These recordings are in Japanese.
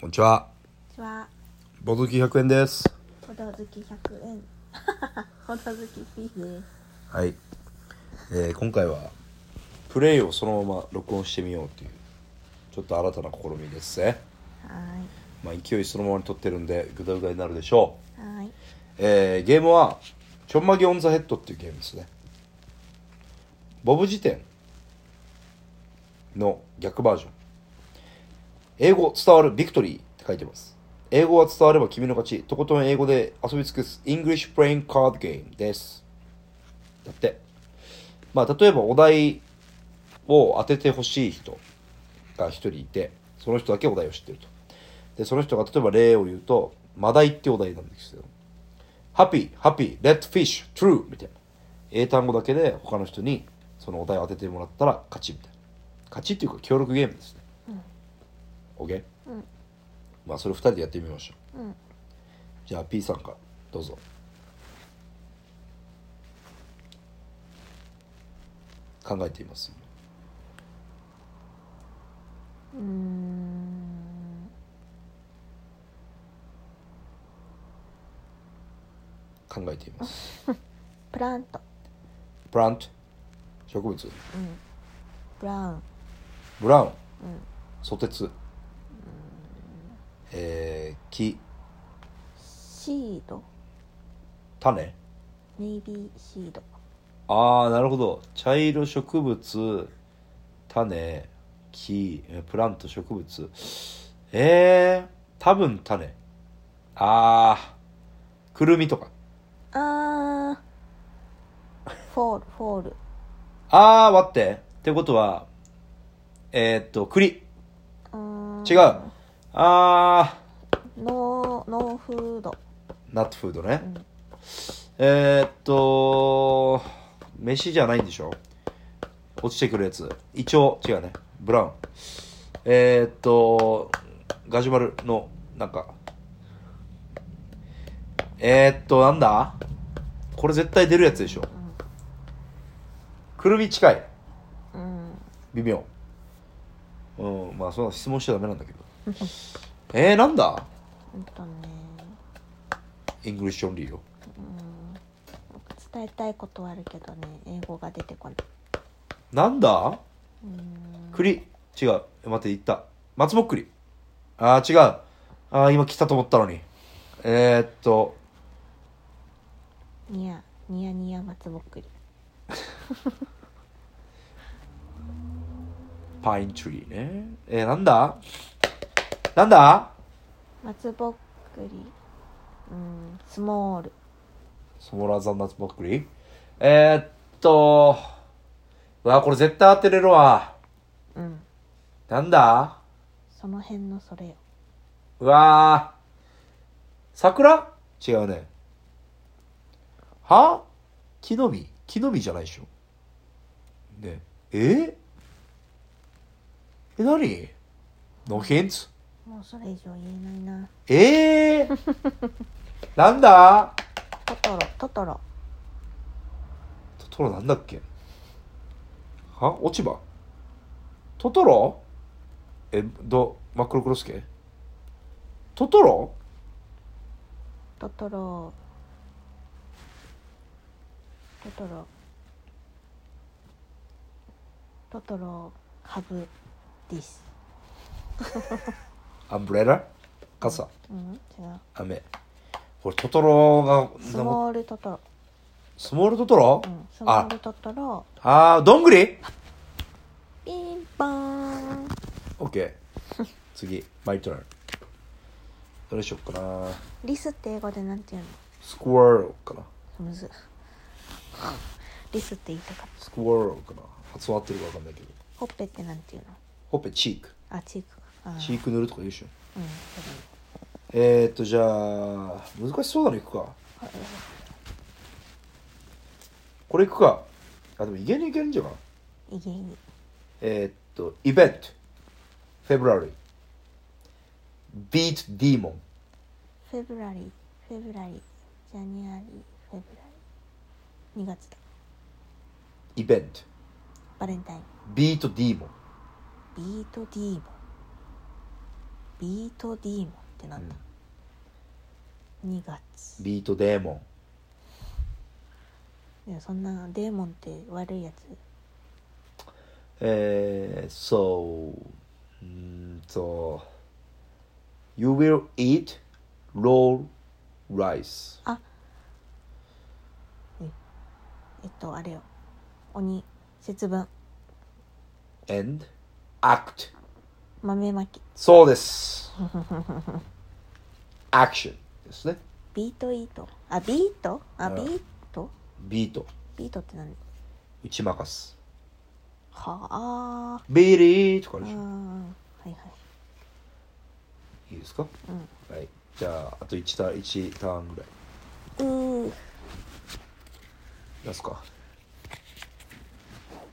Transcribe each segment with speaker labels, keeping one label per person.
Speaker 1: こんにちは。
Speaker 2: 私は
Speaker 1: ボドキ100円です。
Speaker 2: ほど好き100円 ほど好きピーです
Speaker 1: はい。えー今回は、プレイをそのまま録音してみようという、ちょっと新たな試みですね。
Speaker 2: は
Speaker 1: まあ、勢いそのままに撮ってるんで、ぐだぐだになるでしょう。
Speaker 2: ーいはーい
Speaker 1: えーゲームは、ちょんまげオンザヘッドっていうゲームですね。ボブ辞典の逆バージョン。英語伝わるビクトリーって書いてます。英語が伝われば君の勝ち。とことん英語で遊び尽くす English Playing Card Game です。だって。まあ、例えばお題を当ててほしい人が一人いて、その人だけお題を知ってると。で、その人が例えば例を言うと、マダイってお題なんですけど、ハッピー、ハッピー、レッドフィッシュ、トゥルーみたいな。英単語だけで他の人にそのお題を当ててもらったら勝ちみたいな。勝ちっていうか協力ゲームですね。OK?
Speaker 2: うん
Speaker 1: まあそれ2人でやってみましょう。
Speaker 2: うん
Speaker 1: じゃあ P さんからどうぞ。考えています。
Speaker 2: うーん
Speaker 1: 考えています。
Speaker 2: プラント
Speaker 1: プラント、植物、
Speaker 2: ブラウン
Speaker 1: ブラウン、ソテツ、えー、木、
Speaker 2: シード
Speaker 1: 種。
Speaker 2: ネイビーシード
Speaker 1: ああ、なるほど。茶色植物、種、木、えプラント、植物。ええー、多分種。ああ、くるみとか。
Speaker 2: あーフォールフォール
Speaker 1: ああ、待って。ってことは、えーっと、栗。
Speaker 2: うーん
Speaker 1: 違う。ああ
Speaker 2: ノーノーフード
Speaker 1: ー、ナットフードね。
Speaker 2: うん
Speaker 1: えーっと、飯じゃないんでしょ落ちてくるやつ。イチョウ、違うね。ブラウン。えーっと、ガジュマルの、なんか。えーっと、なんだこれ絶対出るやつでしょ。くるみ近い。
Speaker 2: うん
Speaker 1: 微妙。うん、まあ、そんな質問しちゃダメなんだけど。えー、なんだ
Speaker 2: ほんとね
Speaker 1: イングリッシュオンリーよ。
Speaker 2: 伝えたいことはあるけどね英語が出てこない
Speaker 1: なんだ
Speaker 2: うーん
Speaker 1: 栗違うえ待って言った松ぼっくりああ違うああ今来たと思ったのにえー、っと
Speaker 2: ニヤニヤニヤ松ぼっくり
Speaker 1: パインツリーねえー、なんだなんだ
Speaker 2: 松ぼっくりうんスモール
Speaker 1: ソモラザン松ぼっくりえー、っとうわこれ絶対当てれるわ
Speaker 2: うん
Speaker 1: なんだ
Speaker 2: その辺のそれよ
Speaker 1: うわー桜違うねは木の実木の実じゃないでしょねええ何のヒンツ
Speaker 2: もうそれ以上言えないな
Speaker 1: ええなんだ
Speaker 2: トトロトトロ
Speaker 1: トトロなんだっけは落ち葉トトロえどマックロクロスケトトロ
Speaker 2: トトロトトロトトロカブです
Speaker 1: アンブレラ傘
Speaker 2: うん違う
Speaker 1: 雨これトトロが
Speaker 2: スモールトトロ
Speaker 1: スモールトトロ、
Speaker 2: うんスモールトトロ
Speaker 1: ああどんぐり
Speaker 2: ピンポーン
Speaker 1: ?OK 次マイトランどれしよっかな
Speaker 2: リスって英語でなんて言う
Speaker 1: スクワローかな
Speaker 2: のむずっリスって言いたかった
Speaker 1: スクワローかな発音合ってるかわかんないけど
Speaker 2: ほっぺってなんて言うの
Speaker 1: ほっぺチーク
Speaker 2: あチークかあ
Speaker 1: チーク塗るとか言うでしょ
Speaker 2: うん
Speaker 1: えー、っとじゃあ難しそうなのいくかこれいくかあでもいけにいけるんじゃない
Speaker 2: 威厳に
Speaker 1: えー、っとイベントフェブラリービートデーモン
Speaker 2: フェブラリーフェブラリージャニアリーフェブラリー2月だ
Speaker 1: イベント
Speaker 2: バレンタイン
Speaker 1: ビートデーモン
Speaker 2: ビートディーボビートディーモンってなんだ、2月
Speaker 1: ビートデーモ
Speaker 2: いやそんなデーモンって悪いやつ
Speaker 1: ンえー、そううーんと You will eat raw rice
Speaker 2: えっとあれよ鬼節分
Speaker 1: and act
Speaker 2: 豆まき
Speaker 1: そうです action ですね
Speaker 2: ビートイートあビートあ
Speaker 1: うん
Speaker 2: ビート
Speaker 1: ビート
Speaker 2: ビートって何
Speaker 1: 打ち負かす
Speaker 2: はあ
Speaker 1: ビリーとかあ
Speaker 2: う
Speaker 1: るでしょ
Speaker 2: んはいはい
Speaker 1: いですか、
Speaker 2: う
Speaker 1: はいじゃああと1ターン1ターンぐらいう
Speaker 2: ー
Speaker 1: 出すか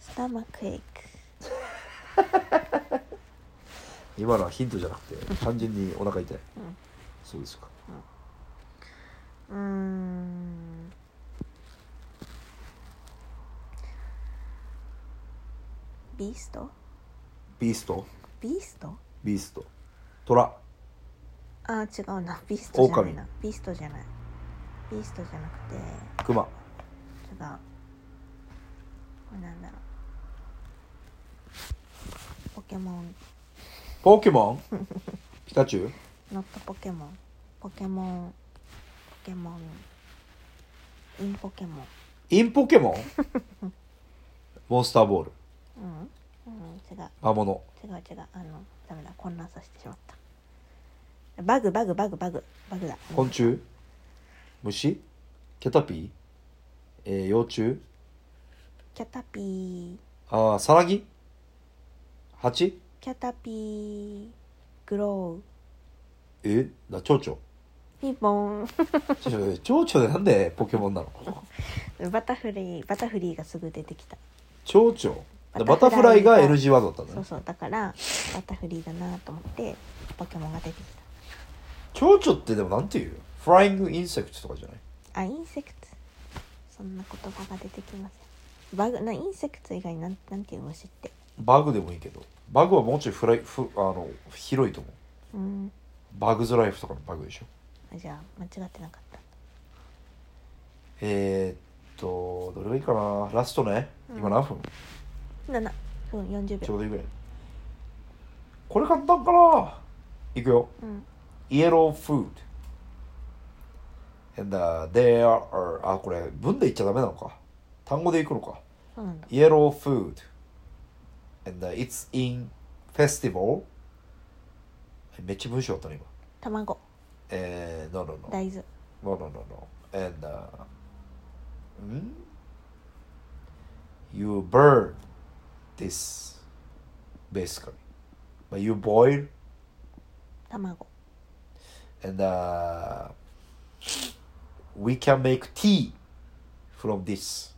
Speaker 2: スタマクエイク
Speaker 1: 今のはヒントじゃなくて単純にお腹痛い、
Speaker 2: ん
Speaker 1: そうですか
Speaker 2: うーんビースト
Speaker 1: ビースト
Speaker 2: ビースト
Speaker 1: ビーストトラ
Speaker 2: あ違うなビーストじゃないな
Speaker 1: 狼
Speaker 2: ビーストじゃないビーストじゃなくて
Speaker 1: クマ
Speaker 2: 違うこれなんだろうポケモン
Speaker 1: ポケモ ンピカチュウ
Speaker 2: ノットポケモンポケモンポケモンインポケモン
Speaker 1: インポケモンモンスターボール
Speaker 2: うん、うん、違う
Speaker 1: 魔物
Speaker 2: 違う違うあのダメだ混乱させてしまったバグバグバグバグバグだ
Speaker 1: 昆虫虫キャタピー、えー、幼虫
Speaker 2: キャタピー
Speaker 1: ああさなぎハチ
Speaker 2: キャタピーグロ
Speaker 1: えな蝶 々
Speaker 2: ウピンポン
Speaker 1: ちょちょ蝶々でなんでポケモンなの
Speaker 2: バタフライバタフリーがすぐ出てきた
Speaker 1: 蝶々バタフライが L 字技だった
Speaker 2: そう
Speaker 1: ね
Speaker 2: そうだからバタフリーだなと思ってポケモンが出てき
Speaker 1: 蝶々ってでもなんていうフライングインセクトとかじゃない
Speaker 2: たあインセクトそんな言葉が出てきませんバグなインセクト以外なんなんていう虫って
Speaker 1: バグでもいいけどバグはもうちょいフライフあの広いと思う
Speaker 2: うん
Speaker 1: バグズライフとかのバグでしょ
Speaker 2: あじゃあ間違ってなかった
Speaker 1: えー、っとどれがいいかなラストね今何分、
Speaker 2: 7分40
Speaker 1: ちょう
Speaker 2: 秒
Speaker 1: どいいぐらいこれ簡単かないくよ
Speaker 2: うん
Speaker 1: Yellow food and、uh, there are あこれ文で言っちゃダメなのか単語でいくのか
Speaker 2: そうなんだ
Speaker 1: yellow food and uh, it's in festival めっちゃ文章だったね今
Speaker 2: 卵
Speaker 1: えー、no no no
Speaker 2: 大豆
Speaker 1: no no no no and uh, ん you burn this basically but you boil
Speaker 2: 卵
Speaker 1: and uh, we can make tea from this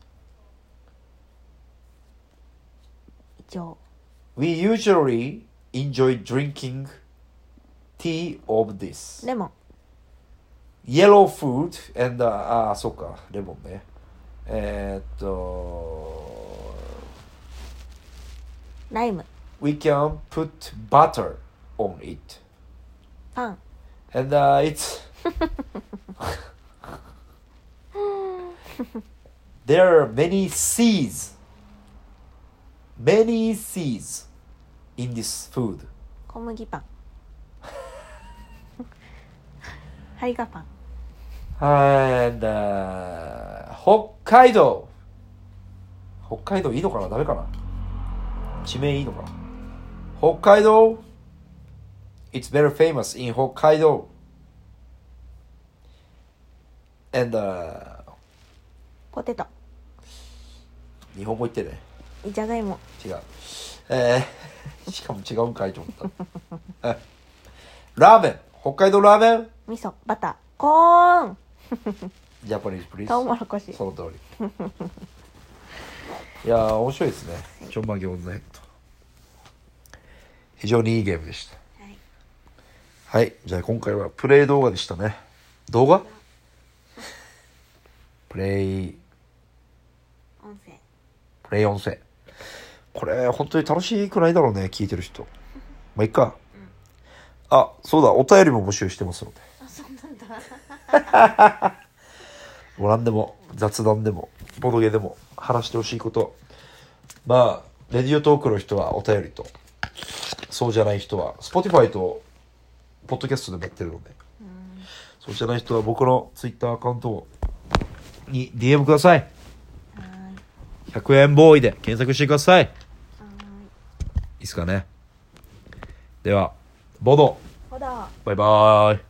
Speaker 2: イチョウ
Speaker 1: we usually enjoy drinking tea of this
Speaker 2: レモン
Speaker 1: yellow food and uh, ああそうかレモンねえー、っと
Speaker 2: ライム
Speaker 1: we can put butter on it
Speaker 2: パン
Speaker 1: and uh, it's there are many seeds many seeds in this food
Speaker 2: 小麦パン ハイガパン
Speaker 1: and uh, 北海道北海道いいのかなダメかな地名いいのかな北海道 It's very famous in 北海道 and、uh,
Speaker 2: ポテト
Speaker 1: 日本語言ってね
Speaker 2: じゃがいも
Speaker 1: 違うえー、 しかも違うんかいと思ったはいラーメン北海道ラーメン
Speaker 2: 味噌バターコーン
Speaker 1: ジャパニーズプリーズ
Speaker 2: トウモロコシ
Speaker 1: その通り いやー面白いですね「ちょんまげオンザヘッド」非常にいいゲームでした
Speaker 2: はい
Speaker 1: はい、じゃあ今回はプレイ動画でしたね動画プレイ
Speaker 2: 音声
Speaker 1: プレイ音声これ本当に楽しくないだろうね聞いてる人まあいっか、あ、そうだ、お便りも募集してますので。
Speaker 2: あそうなんだ
Speaker 1: もう何でも、雑談でも、ボドゲでも、話してほしいこと。まあ、レディオトークの人はお便りと、そうじゃない人は、Spotify と、ポッドキャストでもやってるので、
Speaker 2: うん
Speaker 1: そうじゃない人は僕の Twitter アカウントに DM ください。
Speaker 2: はーい
Speaker 1: 100円ボーイで検索してください。い
Speaker 2: はーい
Speaker 1: いっすかね。では、ボド、
Speaker 2: ほら
Speaker 1: バイバーイ。